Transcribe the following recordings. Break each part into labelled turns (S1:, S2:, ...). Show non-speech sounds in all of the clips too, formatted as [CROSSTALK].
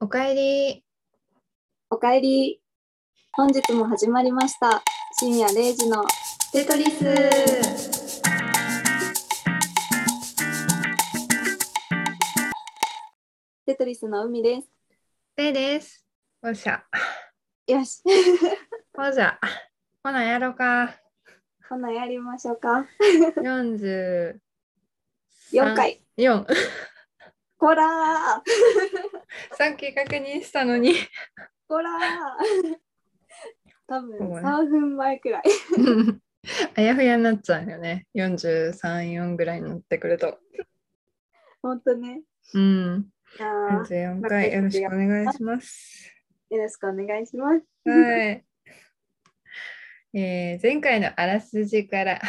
S1: おかえり。
S2: おかえり。本日も始まりました。深夜0時の
S1: テトリス。
S2: テトリスの海で
S1: レイです。おっしゃ。
S2: す。よし。 [LAUGHS]
S1: おじゃ。ほなやろか。
S2: こんなんやりましょうか。
S1: 四十。
S2: 4。回。
S1: 四。
S2: こらー
S1: さっき確認したのに。
S2: こらー多分
S1: ごめん
S2: 3分前くらい。
S1: あやふやになっちゃうよね。四十三、四ぐらいになってくると。
S2: ほんとね。
S1: うん。
S2: いや
S1: 四
S2: ー
S1: 十四回よろしくお願いします。
S2: よろしくお願いします。
S1: はい。 [LAUGHS] えー、前回のあらすじから。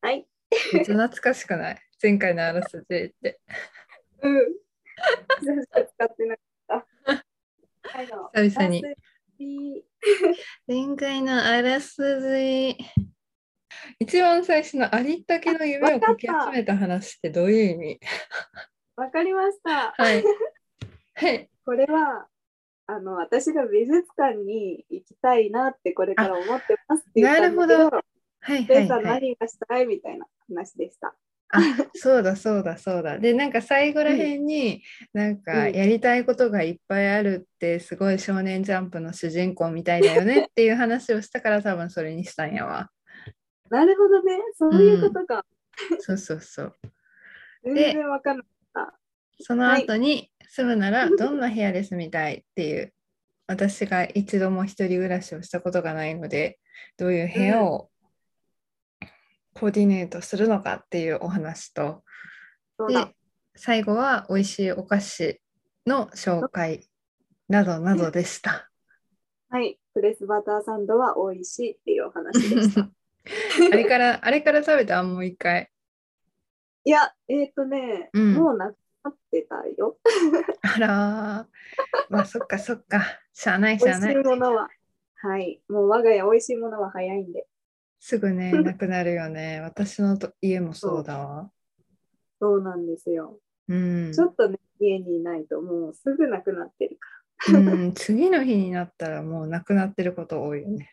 S2: はい。
S1: めっちゃ懐かしくない前回のあらすじって。
S2: うん。全然使ってなかった。はいの
S1: 久々に。
S2: ラスビー
S1: 前回のあらすじ。一番最初のありったけの夢をかき集めた話ってどういう意味
S2: わかりました。
S1: はい。はい。
S2: これはあの私が美術館に行きたいなってこれから思ってますって言ったん
S1: な
S2: だけ
S1: る
S2: ど
S1: ほはい
S2: レ
S1: は
S2: イ
S1: い、
S2: さん
S1: はい。
S2: 何がしたいみたいな話でした。
S1: あそうだそうだそうだ。でなんか最後らへんに、なんか
S2: うん
S1: やりたいことがいっぱいあるってすごい少年ジャンプの主人公みたいだよねっていう話をしたから多分それにしたんやわ。
S2: なるほどね、そういうことか。
S1: そうそうそう。
S2: 全然わかんない。
S1: その後に住むならどんな部屋で住みたいっていう、私が一度も一人暮らしをしたことがないのでどういう部屋をコーディネートするのかっていうお話と、
S2: そう
S1: で
S2: だ。
S1: 最後は美味しいお菓子の紹介などなどでした。
S2: はい、プレスバターサンドは美味しいっていうお話でした。
S1: [LAUGHS] あれからあれから食べたもう一回
S2: いや、えっ、とね、
S1: うん
S2: もうなくなってたよ。
S1: あらーまあそっかそっかしゃあないし
S2: 美
S1: ゃあ
S2: 味
S1: な
S2: し
S1: い
S2: いものは。はい、もう我が家美味しいものは早いんで。
S1: すぐねなくなるよね私のと家もそうだわ。
S2: そうなんですよ。
S1: うん
S2: ちょっとね、家にいないともうすぐなくなってるか
S1: うん、次の日になったらもうなくなってること多いよね。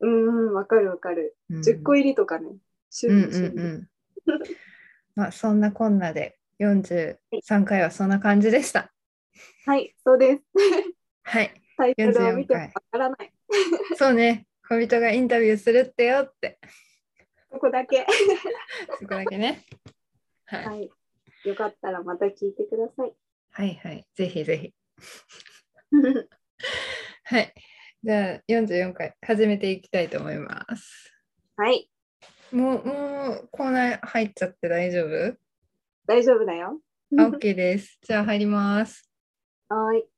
S2: ら。うん、わかるわかる。
S1: うん、
S2: 10個入りとかね。シュ
S1: うん
S2: ン
S1: うん
S2: シュ
S1: う
S2: ン
S1: ん。 [LAUGHS] まあそんなこんなで43回はそんな感じでした。
S2: はい、そうです。
S1: はい。
S2: タイトルを見ても
S1: 44
S2: わからない。
S1: そうね。恋人がインタビューするってよって。
S2: ここだけ。 [LAUGHS]
S1: そこだけね。はい。
S2: はい。よかったらまた聞いてください。 [LAUGHS]
S1: はいはい。ぜひぜひ。はい。じゃあ44回始めていきたいと思います。
S2: はい、
S1: もう、もうコーナー入っちゃって大丈夫
S2: 大丈夫だよ。
S1: あ ?OK です。じゃあ入ります。
S2: [LAUGHS] はーい。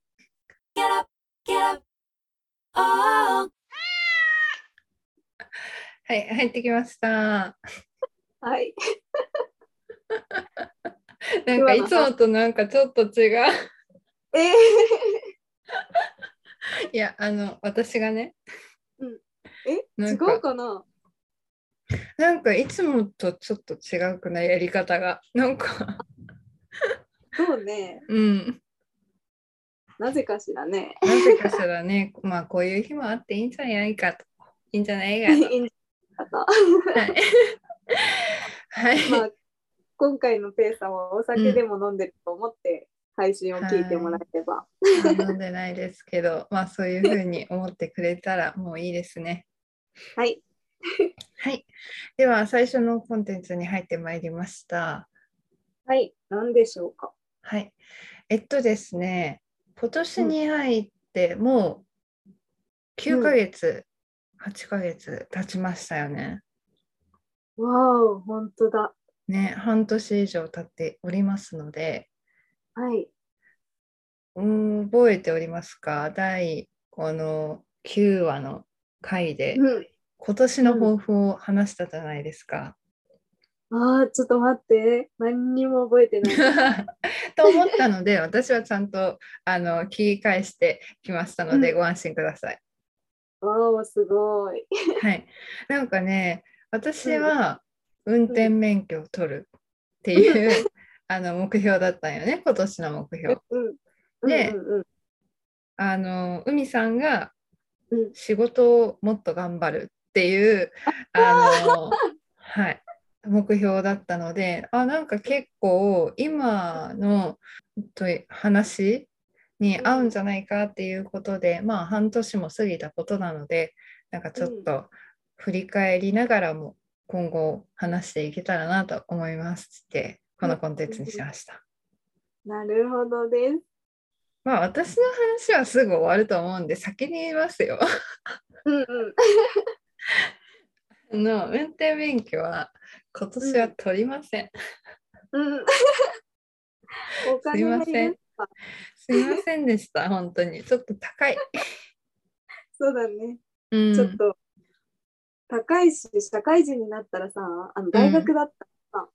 S1: はい、入ってきました。
S2: はい。
S1: なんかいつもとなんかちょっと違う。 [LAUGHS]
S2: えー、
S1: いや、あの、私がね、
S2: え
S1: な
S2: 違
S1: ん
S2: う
S1: か
S2: かな
S1: なんかいつもとちょっと違うくないやり方が。なんか、
S2: そうね。
S1: うん。
S2: なぜかしらね。
S1: なぜかしらね、 [LAUGHS] まあこういう日もあっていいんじゃないかと。いいんじゃないかと。
S2: [LAUGHS] いいんじゃないか
S1: はい。はい
S2: と。まあ、今回のペーさんはお酒でも飲んでると思って配信を聞いてもらえれば。
S1: まあ飲んでないですけど、 [LAUGHS] まあそういうふうに思ってくれたらもういいですね。
S2: はい。
S1: はい。では最初のコンテンツに入ってまいりました。
S2: はい。何でしょうか
S1: はい。えっとですね、今年に入ってもう9ヶ月、8ヶ月経ちましたよね。
S2: わお、本当だ。
S1: ね、半年以上経っておりますので、
S2: はい。
S1: うーん覚えておりますか第この9話の回で
S2: うん。
S1: 今年の抱負を話したじゃないですか。 [LAUGHS]
S2: ああ、ちょっと待って。何にも覚え
S1: [LAUGHS]
S2: てない。
S1: と思ったので私はちゃんとあの聞き返してきましたので、
S2: う
S1: ご安心ください。
S2: わお、すごい。 [LAUGHS]
S1: はい、なんかね私
S2: うん
S1: は運転免許を取る [LAUGHS] っていう、あの目標だったんよね今年の目標。
S2: うん。
S1: ね
S2: うんうんうん
S1: あの海さんが
S2: うん
S1: 仕事をもっと頑張るっていう、あのはい目標だったのであなんか結構今のえっと話に合うんじゃないかっていうことで、まあ半年も過ぎたことなのでなんかちょっと振り返りながらも今後話していけたらなと思いますってこのコンテンツにしました。
S2: なるほどです。
S1: まあ私の話はすぐ終わると思うんで先に言いますよ。あ
S2: うんうん。
S1: の運転免許は今年は取りません。
S2: うん。
S1: [LAUGHS]
S2: お
S1: すい
S2: 金
S1: ま
S2: がい
S1: せん
S2: る。
S1: すいませんでした本当にちょっと高い。
S2: そうだね。
S1: うん、
S2: ちょっと高いし、社会人になったらさ、あの大学だったらさ、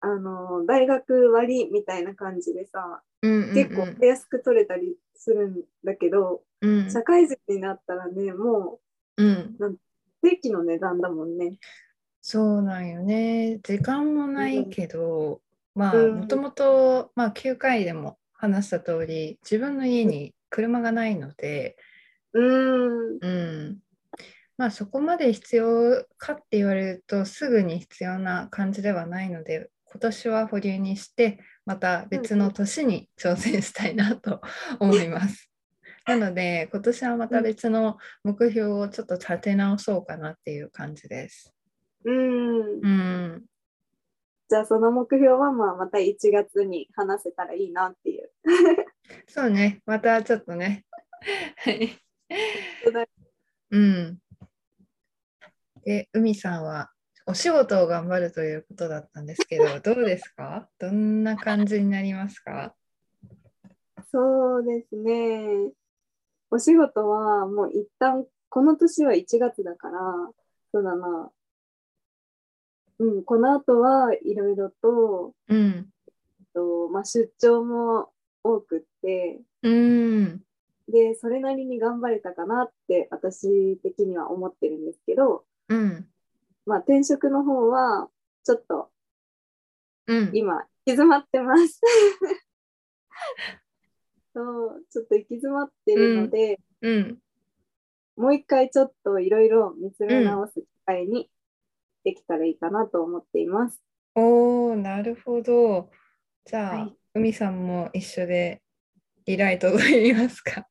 S2: あの大学割みたいな感じでさ、
S1: うんうんうん
S2: 結構安く取れたりするんだけど、
S1: うん
S2: 社会人になったらね、も
S1: うん、
S2: う正規の値段だもんね。
S1: そうなんよね時間もないけど、まあ
S2: うん
S1: もともと、まあ、9回でも話した通り自分の家に車がないので、
S2: うーん。
S1: うん、まあそこまで必要かって言われるとすぐに必要な感じではないので今年は保留にしてまた別の年に挑戦したいなと思います。なので今年はまた別の目標をちょっと立て直そうかなっていう感じです。
S2: うーん
S1: う。ん、
S2: じゃあその目標はまあまた1月に話せたらいいなっていう。
S1: そうねまたちょっとね。はい
S2: そうだね
S1: うん、で海さんはお仕事を頑張るということだったんですけ [LAUGHS] どどうですかどんな感じになりますか
S2: そうですね。お仕事はもう一旦、この年は1月だから、そうだな。うん、この後はいろいろと、
S1: うん
S2: えっとまあ、出張も多くって、
S1: うん
S2: で、それなりに頑張れたかなって私的には思ってるんですけど、
S1: うん
S2: まあ転職の方はちょっと
S1: うん
S2: 今行き詰まってます。 [LAUGHS] そうちょっと行き詰まってるので、
S1: うん
S2: もう一回ちょっといろいろ見つめ直す機会にできたらいいかなと思っています。
S1: おーなるほどじゃあ、
S2: はい
S1: 海さんも一緒で依頼届いますか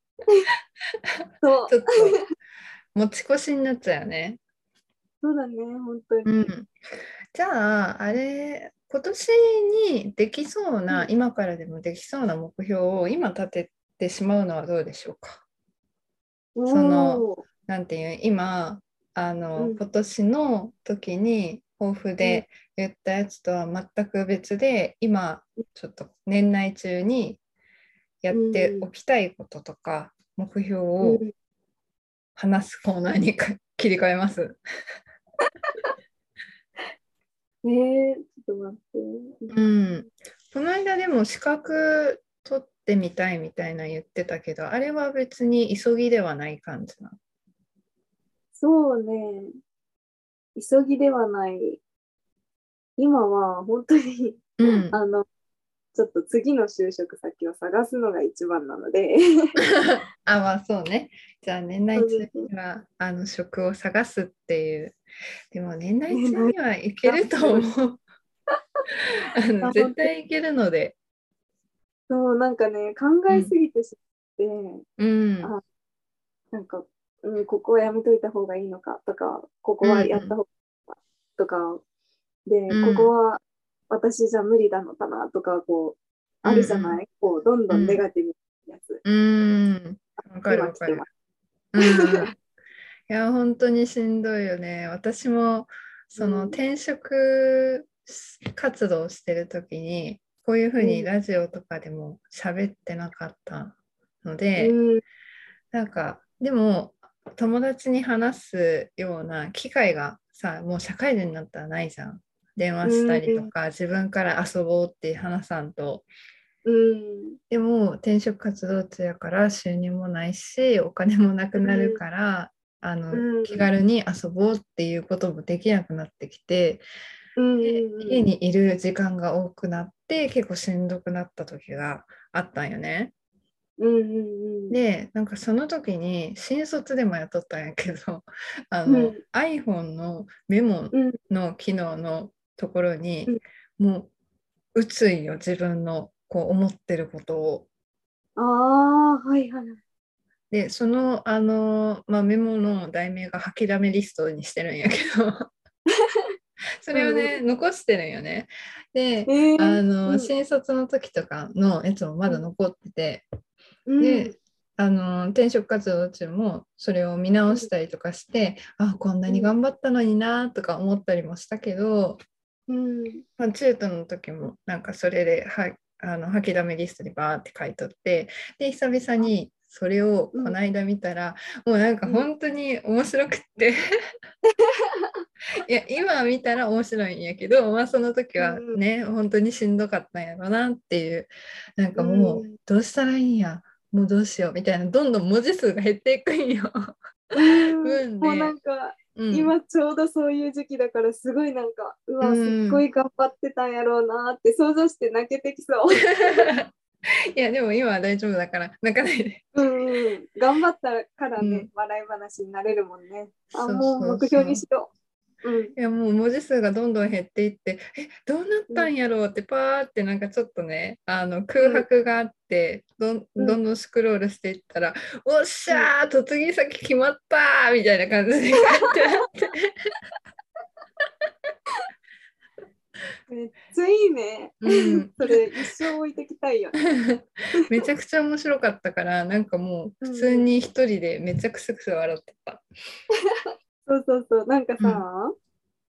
S2: そ
S1: [LAUGHS]
S2: う
S1: ちょっと持ち越しになっちゃうよね。
S2: そうだね本当に、
S1: うん、じゃああれ今年にできそうな、
S2: うん
S1: 今からでもできそうな目標を今立ててしまうのはどうでしょうかその
S2: おー
S1: なんていう今あの、
S2: うん
S1: 今年の時に抱負で言ったやつとは全く別で今ちょっと年内中にやっておきたいこととか、目標を
S2: うん
S1: 話すコーナーにか切り替えます。
S2: えー、ちょっと待って。
S1: うん、この間でも資格取ってみたいみたいな言ってたけどあれは別に急ぎではない感じなの
S2: そうね急ぎではない今は本当に
S1: うん [LAUGHS]
S2: あの、ちょっと次の就職先を探すのが一番なので、
S1: あまあそうねじゃあ年内中にはあの職を探すっていうでも年内中にはいけると思 [LAUGHS] うあの絶対いけるので
S2: そうなんかね、考えすぎてしまって、
S1: うん
S2: あなんか、うん、ここはやめといた方がいいのかとか、ここはやった方がいいのかとか、で、
S1: うん
S2: ここは私じゃ無理なのかなとか、こう、あるじゃない、こう、どんどんネガティブなやつ。
S1: うんわかるわかる
S2: 今来て
S1: う
S2: ます [LAUGHS]
S1: んいや本当にしんどいよね私もその
S2: うん
S1: 転職活動をしてる時にこういうふうに
S2: うん
S1: ラジオとかでも喋ってなかったので、
S2: うん、
S1: なんかでも友達に話すような機会がさもう社会人になったらないじゃん電話したりとか、自分から遊ぼうっていう話さんと
S2: うん、
S1: でも転職活動中やから収入もないしお金もなくなるから、あの
S2: うん
S1: 気軽に遊ぼうっていうこともできなくなってきて、
S2: うん、
S1: で
S2: うん
S1: 家にいる時間が多くなって結構しんどくなった時があったんよね。
S2: うんうんうん。
S1: でなんかその時に新卒でも雇ったんやけど [LAUGHS] あの、
S2: うん
S1: iPhone のメモ
S2: うん
S1: の機能のところに、
S2: うん
S1: もう打ついよ自分のこう思ってることを。
S2: ああ、はいはい。
S1: でそのあの、まあ、メモの題名が吐きだめリストにしてるんやけ
S2: [LAUGHS]
S1: どそれをね、残してるんよね。で
S2: ええ
S1: あの、
S2: うん
S1: 新卒の時とかのやつもまだ残ってて、
S2: うん
S1: であの転職活動中もそれを見直したりとかして、あこんなに頑張ったのになとか思ったりもしたけど、
S2: うん。
S1: まあ、中途の時もなんかそれではあの吐きだめリストにバーって書いとってで久々にそれをこの間見たら、もうなんか本当に面白くって
S2: [LAUGHS]
S1: いや今見たら面白いんやけど、まあ、その時はね、本当にしんどかったんやろなっていうなんかもう
S2: うん
S1: どうしたらいいんやもうどうしようみたいなどんどん文字数が減っていくんよ。
S2: う
S1: 文
S2: ん、
S1: で
S2: もうなんか、
S1: うん
S2: 今ちょうどそういう時期だからすごいなんかうわ
S1: う
S2: す
S1: ん
S2: っごい頑張ってたんやろうなって想像して泣けてきそう。
S1: いやでも今は大丈夫だから泣かないで。
S2: うんうん、頑張ったからね、
S1: うん
S2: 笑い話になれるもんね。あ
S1: そうそう
S2: も
S1: そう
S2: う目標にしよう。うん
S1: いやもう文字数がどんどん減っていってえどうなったんやろうってパーってなんかちょっとねあの空白があってどん
S2: うん
S1: どんどんスクロールしていったら「おっしゃー嫁ぎ先決まったー!」みたいな感じで書いてあって
S2: めっちゃいいね。
S1: うん
S2: それ一生置いてきたいよね。
S1: [LAUGHS] めちゃくちゃ面白かったからなんかもう普通に一人でめちゃくちゃくちゃ笑ってた。
S2: そうそうそう。なんかさ、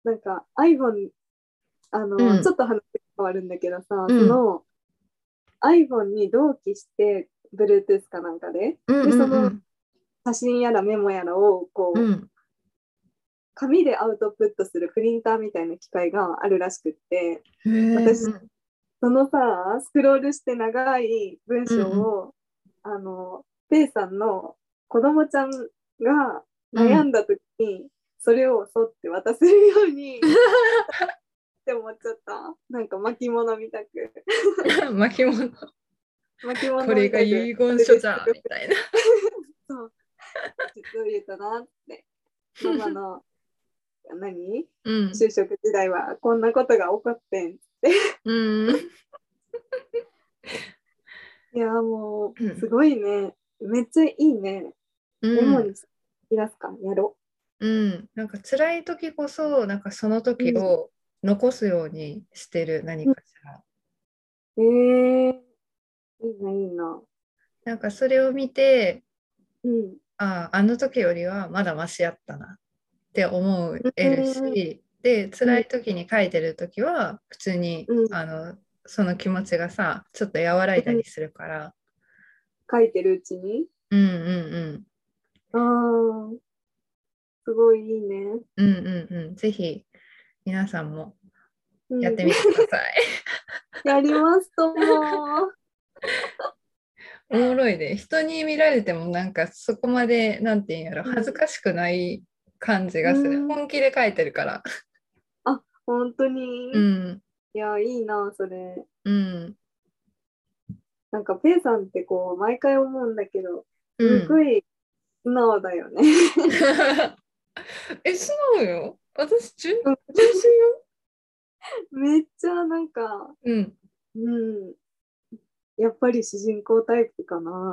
S2: なんか iPhone、あの、
S1: うん
S2: ちょっと話変わるんだけどさ、
S1: ん
S2: その iPhone に同期して、Bluetooth かなんかで、
S1: うん
S2: うんうん写真やらメモやらをこう、
S1: うん
S2: 紙でアウトプットするプリンターみたいな機械があるらしくって、
S1: へー
S2: 私そのさ、スクロールして長い文章を、あの、ペイさんの子供ちゃんが悩んだ時に、それをそって渡せるよう
S1: [LAUGHS]
S2: に、って思っちゃった。なんか巻物みたく。
S1: うん [LAUGHS] 巻物
S2: 巻物みたく。
S1: これが遺言書じゃみたいな。
S2: そう。実を言えたなって。ママの、何
S1: うん
S2: 就職時代はこんなことが起こってん。
S1: うん
S2: いや、も
S1: うん
S2: う、すごいね。めっちゃいいね。
S1: うん
S2: 主にイラスかやろ
S1: うん、なんか辛い時こそなんかその時を残すようにしてる何かしら、
S2: う。へえいいな、いいな。
S1: なんかそれを見て
S2: うん。
S1: あああの時よりはまだマシやったなって思う得るし、
S2: うん
S1: で辛い時に書いてる時は普通に、
S2: うん
S1: あのその気持ちがさちょっと和らいだりするから、
S2: 書いてるうちに。
S1: うん、うん
S2: ああ。すごいいいね。
S1: うんうんうんうんぜひ皆さんも
S2: うん
S1: やってみてください。
S2: やります
S1: [LAUGHS]
S2: とも。
S1: おもろいで人に見られてもなんかそこまでなんて言うんやろ
S2: うん
S1: 恥ずかしくない感じがする、
S2: うん
S1: 本気で書いてるから
S2: 本当に。
S1: うん
S2: いや、いいな、それ。
S1: うん
S2: なんか、ペイさんってこう、毎回思うんだけど、
S1: う
S2: す
S1: ん
S2: ごい素直だよね。
S1: [LAUGHS] え素直よ私純
S2: うん
S1: 純粋よ
S2: めっちゃなんか、
S1: うん
S2: [LAUGHS] うん。やっぱり主人公タイプかな。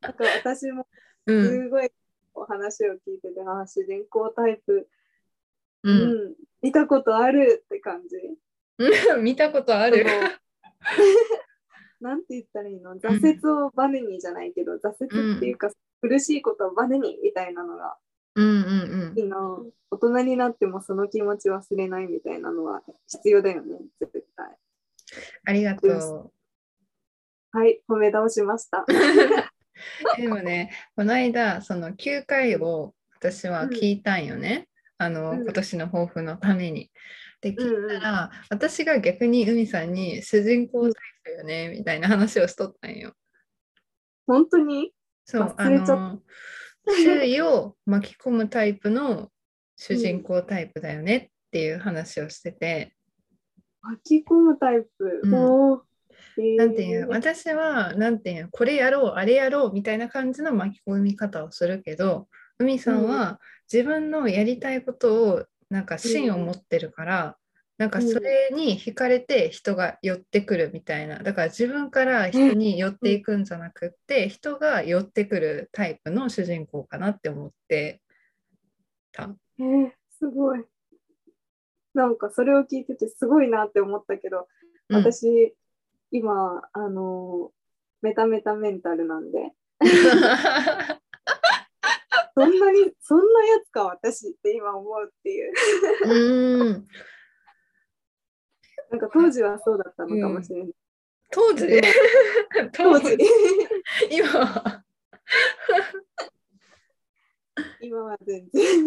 S2: なんか私も
S1: うん
S2: すごいお話を聞いてて、ああ、主人公タイプ
S1: う
S2: うんん、見たことあるって感じ。
S1: うん [LAUGHS] 見たことある
S2: その [LAUGHS] なんて言ったらいいの挫折をバネにじゃないけど、挫折っていうか、苦しいことをバネにみたいなのが
S1: うんうん
S2: いいな。大人になってもその気持ち忘れないみたいなのは必要だよね、絶対。
S1: ありがと
S2: はい、褒め倒しまし
S1: う
S2: た。
S1: [LAUGHS] でもねこの間その9回を私は聞いたんよね、あの
S2: うん
S1: 今年の抱負のためにで
S2: うんうん
S1: だから私が逆に海さんに主人公タイプよねみたいな話をしとったんよ。
S2: 本当に
S1: そうあ
S2: 忘れちゃった
S1: の周囲を巻き込むタイプの主人公タイプだよねっていう話をしてて、
S2: 巻き込むタイプ。
S1: うん
S2: おー
S1: なんていう私はなんていうこれやろうあれやろうみたいな感じの巻き込み方をするけど海さんは自分のやりたいことをなんか芯を持ってるから、なんかそれに惹かれて人が寄ってくるみたいなだから自分から人に寄っていくんじゃなくって、人が寄ってくるタイプの主人公かなって思ってた。
S2: えー、すごい。なんかそれを聞いててすごいなって思ったけど私、うん今あのー、メタメタメンタルなんでそんなにそんなやつか私って今思うっていう [LAUGHS]
S1: うん
S2: なんか当時はそうだったのかもしれない、うん、
S1: 当時
S2: 当時 [LAUGHS]
S1: 今は
S2: 今は全然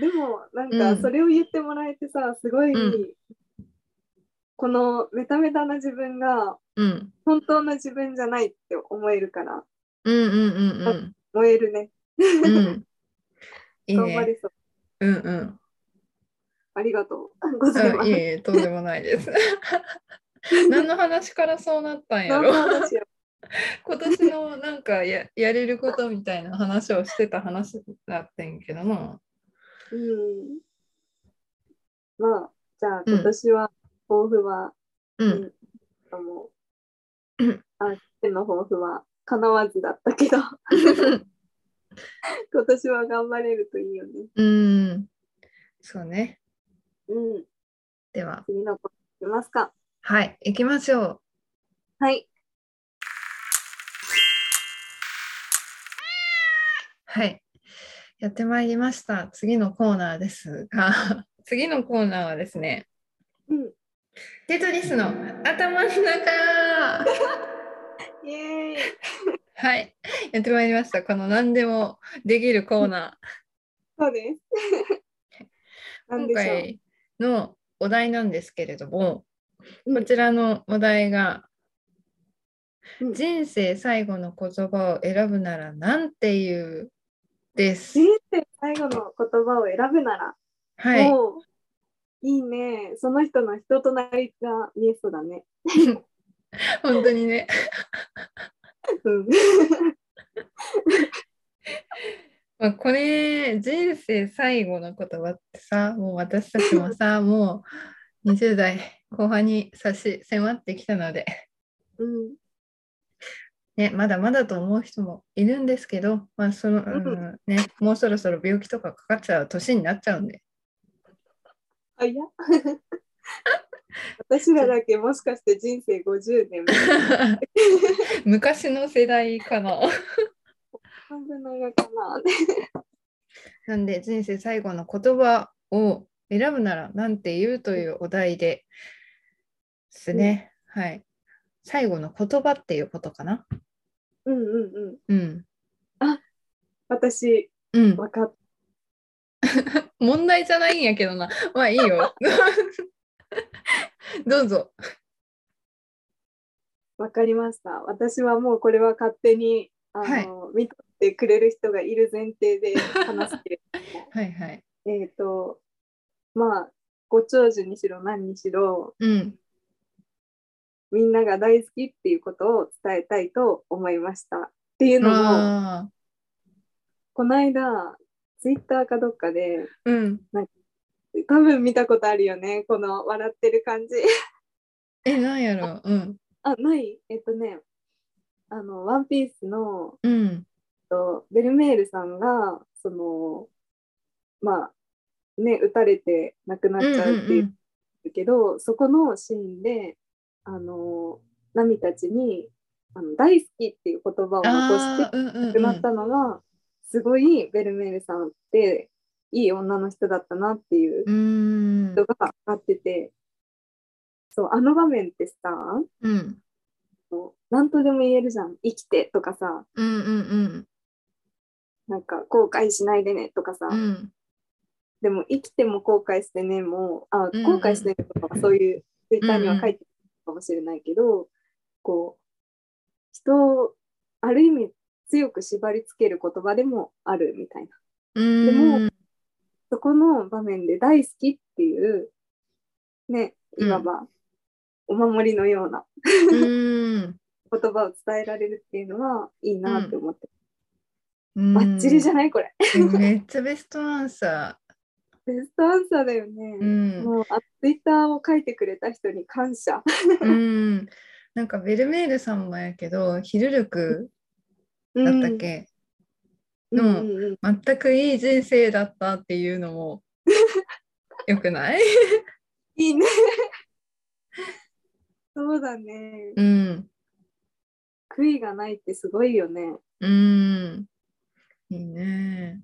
S2: でもなんかそれを言ってもらえてさ、うん、すごい、うんこのメタメタな自分が本当の自分じゃないって思えるから、
S1: うんうんうんうん、
S2: 燃えるね。
S1: うん、いい
S2: 頑張
S1: り
S2: りそう。
S1: うんうん。
S2: ありがとうございます。
S1: いえいえ、とんでもないです。何の話からそうなったんやろ今年のなんかややれることみたいな話をしてた話だってんけども。
S2: うん。まあ、じゃあ今年は、うん抱負は、
S1: うん、
S2: あの、あ、手の抱負は叶わずだったけど、 [LAUGHS] 今年は頑張れるといいよね。
S1: [LAUGHS] うん、そうね。
S2: うん。
S1: では、
S2: 次のこといきますか。
S1: はい、行きましょう。
S2: はい。
S1: はい。やってまいりました。次のコーナーですが、次のコーナーはですね、
S2: うん、
S1: テトリスの頭の中
S2: イエーイ
S1: はいやってまいりましたこの何でもできるコーナ
S2: ーそうです
S1: [LAUGHS] 今回のお題なんですけれどもこちらのお題が、うん、人生最後の言葉を選ぶなら何て言うです
S2: 人生最後の言葉を選ぶなら
S1: はい
S2: いいね。その人の人となりが見えそうだね。
S1: 本当にね。
S2: うん、
S1: まあこれ人生最後の言葉ってさもう私たちもさもう20代後半に差し迫ってきたので、
S2: うん
S1: ね、まだまだと思う人もいるんですけど、まあその、うんね、もうそろそろ病気とかかかっちゃう年になっちゃ [LAUGHS] うんで。
S2: あいや [LAUGHS] 私らだけもしかして人生50年
S1: 昔の世代か [LAUGHS] な
S2: 半分のかな
S1: なんで人生最後の言葉を選ぶなら何て言うというお題でですね、うん、はい最後の言葉っていうことかな
S2: うんうんうん
S1: うん
S2: あ私、
S1: うん、
S2: 分かった
S1: 問題じゃないんやけどな。まあいい [LAUGHS] よ。どうぞ。
S2: わかりました。私はもうこれは勝手にあの、はい、見てくれる人がいる前提で話すけ [LAUGHS] れ
S1: ども。はいはい。
S2: えっ、ー、と、まあ、ご長寿にしろ何にしろ、
S1: うん、
S2: みんなが大好きっていうことを伝えたいと思いました。っていうのも、この間、ツイッターかどっかで、
S1: うん、
S2: なんか多分見たことあるよねこの笑ってる感じ [LAUGHS]
S1: えなんやろうん
S2: あないえっとねあの「ワンピースの、
S1: うん、
S2: とベルメールさんがそのまあね撃たれて亡くなっちゃうっていうけど、うんうんうん、そこのシーンであのナミたちにあの「大好き」っていう言葉を残して亡くなったのが、うんうんうんすごいベルメールさんっていい女の人だったなっていう人があっててそうあの場面ってさ、
S1: うん、
S2: 何とでも言えるじゃん生きてとかさ、
S1: うんうんうん、
S2: なんか後悔しないでねとかさ、
S1: うん、
S2: でも生きても後悔してねもあ後悔してねとか、うんうん、そういうツイッターには書いてるかもしれないけど、うんうん、こう人をある意味強く縛りつける言葉でもあるみたいな。
S1: で
S2: もそこの場面で大好きっていうねいわば、お守りのような
S1: うん。
S2: 言葉を伝えられるっていうのはいいなって思って、
S1: うん
S2: バッチリじゃないこれ。
S1: めっちゃベストアンサ
S2: ベストアンサーだよ
S1: ー。う
S2: ね。
S1: ん。
S2: もうあツイッターを書いてくれた人に感謝。
S1: うん。なんかベルメールさんもやけど、ヒルルクだったっけ、
S2: うん、
S1: の
S2: うんうんうん
S1: 全くいい人生だったっていうの
S2: [LAUGHS]
S1: もよくない
S2: いいね。 [LAUGHS] そうだね。
S1: うん。
S2: 悔いがないってすごいよね。
S1: うん。いいね。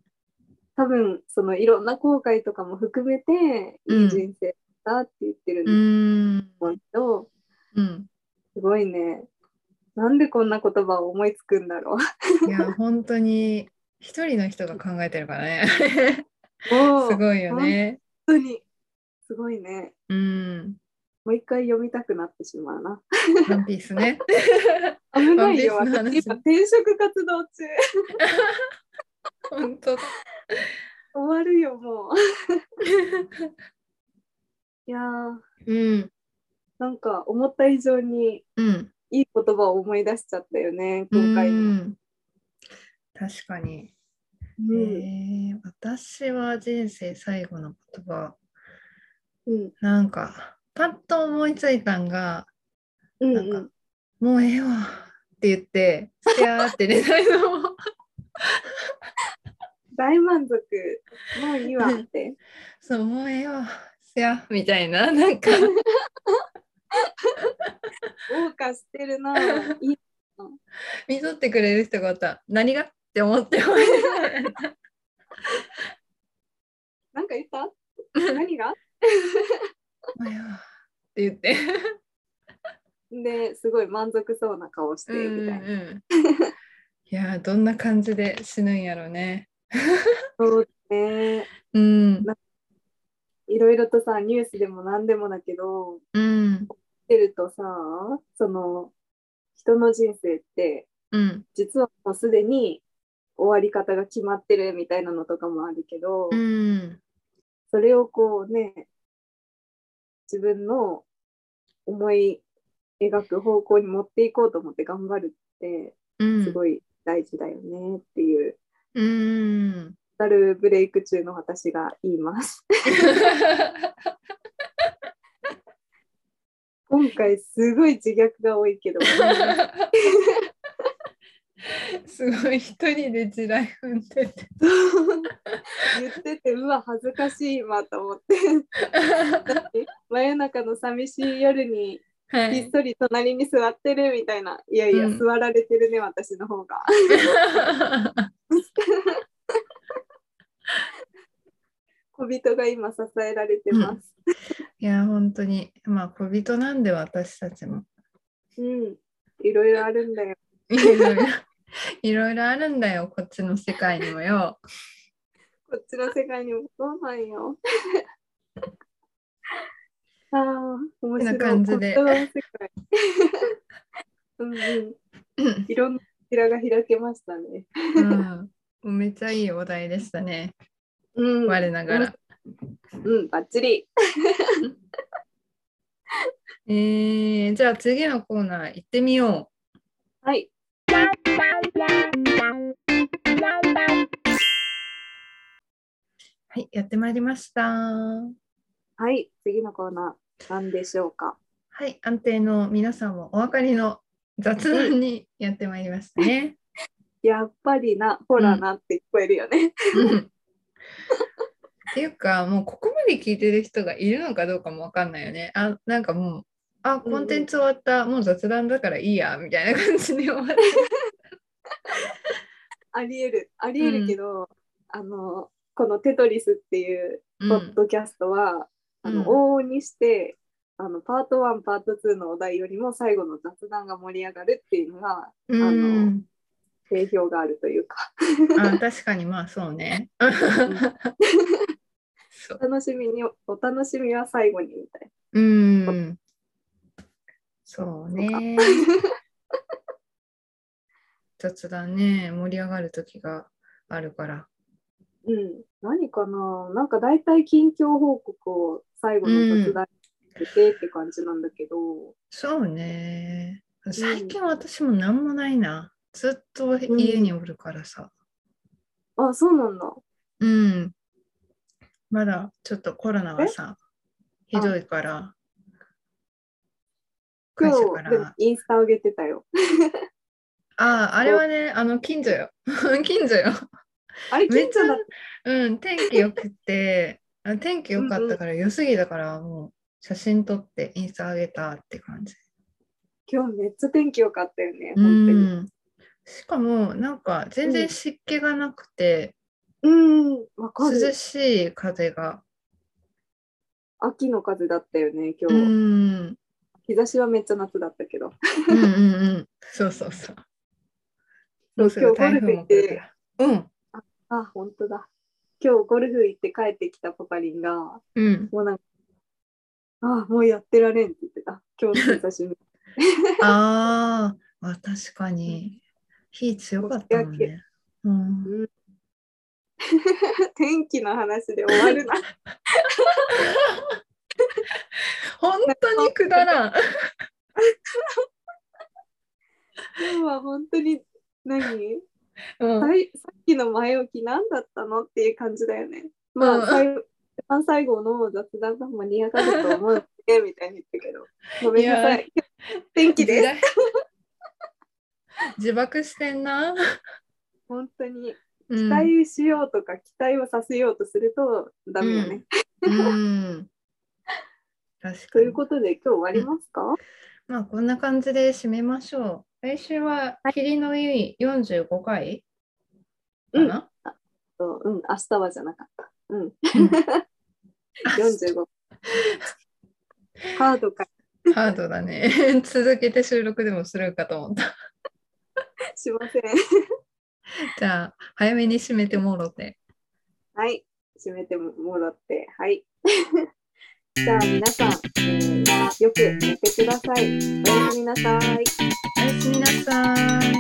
S2: 多分そのいろんな後悔とかも含めて
S1: うん
S2: いい人生だって言ってるん
S1: うん。
S2: だと思うけど、
S1: うん。
S2: すごいね。なんでこんな言葉を思いつくんだろう。
S1: いや、本当に一人の人が考えてるからね。
S2: もう
S1: すごいよね。
S2: 本当にすごいね。
S1: うん。
S2: もう一回読みたくなってしまうな。
S1: ワンピースね。 [LAUGHS]
S2: 危ないよ、
S1: ワンピースの話
S2: 私今転職活動中。
S1: 本当だ。
S2: 終わる
S1: [LAUGHS]
S2: よ、もう。いやー、
S1: うん。
S2: なんか思った以上に
S1: うん。
S2: いい言葉を思い出しちゃったよね、今回。
S1: うん確かに。
S2: うん
S1: えー私は人生最後の言葉、
S2: うん
S1: なんか、パッと思いついたんが、
S2: うん
S1: な
S2: うん
S1: か
S2: ん、
S1: もうええわって言って、スやーって寝たいの。
S2: [LAUGHS] 大満足もういいわ
S1: [LAUGHS]
S2: って
S1: そう、もうええわ、せやみたいな、なん
S2: [LAUGHS]
S1: か、
S2: 謳歌してるないい
S1: 見とってくれる人がおったら何がって思っても
S2: なんか言った何が
S1: もうええわって言って。
S2: ですごい満足そうな顔してみたいな、
S1: うんうんうんいやーどんな感じで死ぬんやろうね。
S2: そうね
S1: うん
S2: いろいろとさニュースでも何でもだけど
S1: うん
S2: 見てるとさその人の人生って
S1: うん
S2: 実はもうすでに終わり方が決まってるみたいなのとかもあるけど、
S1: うん
S2: それをこうね自分の思い描く方向に持っていこうと思って頑張るって
S1: うん
S2: すごい大事だよねっていう、
S1: うん
S2: ダルブレイク中の私が言います。今回すごい自虐が多いけど、
S1: すごい一人で地雷踏んでて
S2: 言っててうわ恥ずかしい今と思って真夜中の寂しい夜に
S1: [LAUGHS] は
S2: ひっ
S1: い
S2: そり隣に座ってるみたいないやいや
S1: うん
S2: 座られてるね、私の方が。小人が今支えられてます。
S1: いや本当にまあ小人なんで私たち [LAUGHS] も
S2: うん、いろいろあるんだよ。
S1: いろいろいろいろあるんだよこっちの世界にも [LAUGHS] よ。
S2: こっちの世界にもそうなんよ。 [LAUGHS] ああ、面白い。
S1: てな感じで
S2: こっちの世界 [LAUGHS] うん
S1: う
S2: うん、
S1: ん
S2: いろんな扉が開けましたね。
S1: うんめっちゃいいお題でしたね。
S2: うん、
S1: 我ながら。
S2: うん、バッチリ。
S1: えー、じゃあ次のコーナー行ってみよ
S2: はい。
S1: う。はい、やってまいりました。は
S2: はい、次のコーナー、なんでしょうか。
S1: い、安定の皆さんもお分かりの雑談にやってまいりましたね。
S2: やっぱりな、ほらなって聞こえるよね。 [LAUGHS]
S1: うんっていうか、もうここまで聞いてる人がいるのかどうかもわかんないよね。あ、なんかもう、あ、コンテンツ終わった、もう雑談だからいいや、みたいな感じで終わって。
S2: ありえる、ありえるけど、あの、このテトリスっていう
S1: う
S2: ポッ
S1: ん、
S2: ドキャストは、あの
S1: うん
S2: 往々にしてあのパート1パート2のお題よりも最後の雑談が盛り上がるっていうのが
S1: うん
S2: 定評があるという
S1: [LAUGHS]
S2: か
S1: あ確かにまあそうね。そう
S2: お楽しみにお楽しみは最後にみたい
S1: うん。そうね。 [LAUGHS] 雑談ね、盛り上がる時があるから。
S2: な。うん、何かななんか大体近況報告を最後の雑談にっててって感じなんだけど、
S1: そうね。最近私も何もないな。ずっと家におるからさ。
S2: あ、そうなんだ。
S1: うん。まだちょっとコロナはさ、ひどいから。
S2: 今
S1: 会社か
S2: 日、でも
S1: ら。
S2: インスタ上げてたよ。
S1: ああ、あれはね、あの、近所よ。 [LAUGHS] 近所よ。
S2: あ
S1: [LAUGHS]
S2: れ、
S1: めっ
S2: 近
S1: ちゃ
S2: 所だっ、
S1: うん、天気良くて、あ天気良かったから、良すぎだから、もう写真撮ってインスタ上げたって感じ。
S2: 今日めっちゃ天気良かったよね、
S1: う
S2: 本当に。
S1: ん。しかも、なんか全
S2: う
S1: 然
S2: ん
S1: 湿気がなくて、
S2: うん、わか
S1: 涼
S2: る。
S1: しい風が。
S2: 秋の風だったよね、今
S1: う
S2: 日。
S1: ん。
S2: 日差しはめっちゃ夏だったけど。
S1: うんうん [LAUGHS] うん。そうそうそう。もうすぐ台風も来るから。うん。
S2: あ、本当だ。今日ゴルフ行って帰ってきたパパリンが、
S1: うん。
S2: もうなんか、あ、もうやってられんって言ってた。今日の久しぶり。
S1: [LAUGHS] あーあ、確かに。火強かったもんね。うん、
S2: [LAUGHS] 天気の話で終わるな。
S1: 本当にくだらん。
S2: 今日は本当に何、
S1: うん、
S2: さいさっきの前置き何だったのっていう感じだよね。まあ、
S1: うん
S2: 最後一番最後の雑談が盛り上がると思うのでみたいに言った
S1: [LAUGHS]
S2: けど、ごめんなさい。天気です。
S1: 自爆してんな。
S2: 本当に
S1: う
S2: 期
S1: ん
S2: 待しようとか、期待をさせようとするとダメよね。
S1: うん、確
S2: と
S1: か
S2: いう
S1: に。
S2: ことで今日終わりますか、
S1: まあこんな感じで締めましょう。来週は霧のゆい45回かな、
S2: そううん、明日はじゃなかった。うん、
S1: あ
S2: 45。カードか
S1: [LAUGHS] ハードだね。 [LAUGHS] 続けて収録でもするかと思った。
S2: しません。
S1: じゃあ、早めに締めてもろて。
S2: はい、締めてもらって、はい。 [LAUGHS] じゃあ皆さん、えーよく寝てください。おやすみなさい。
S1: おやすみなさい。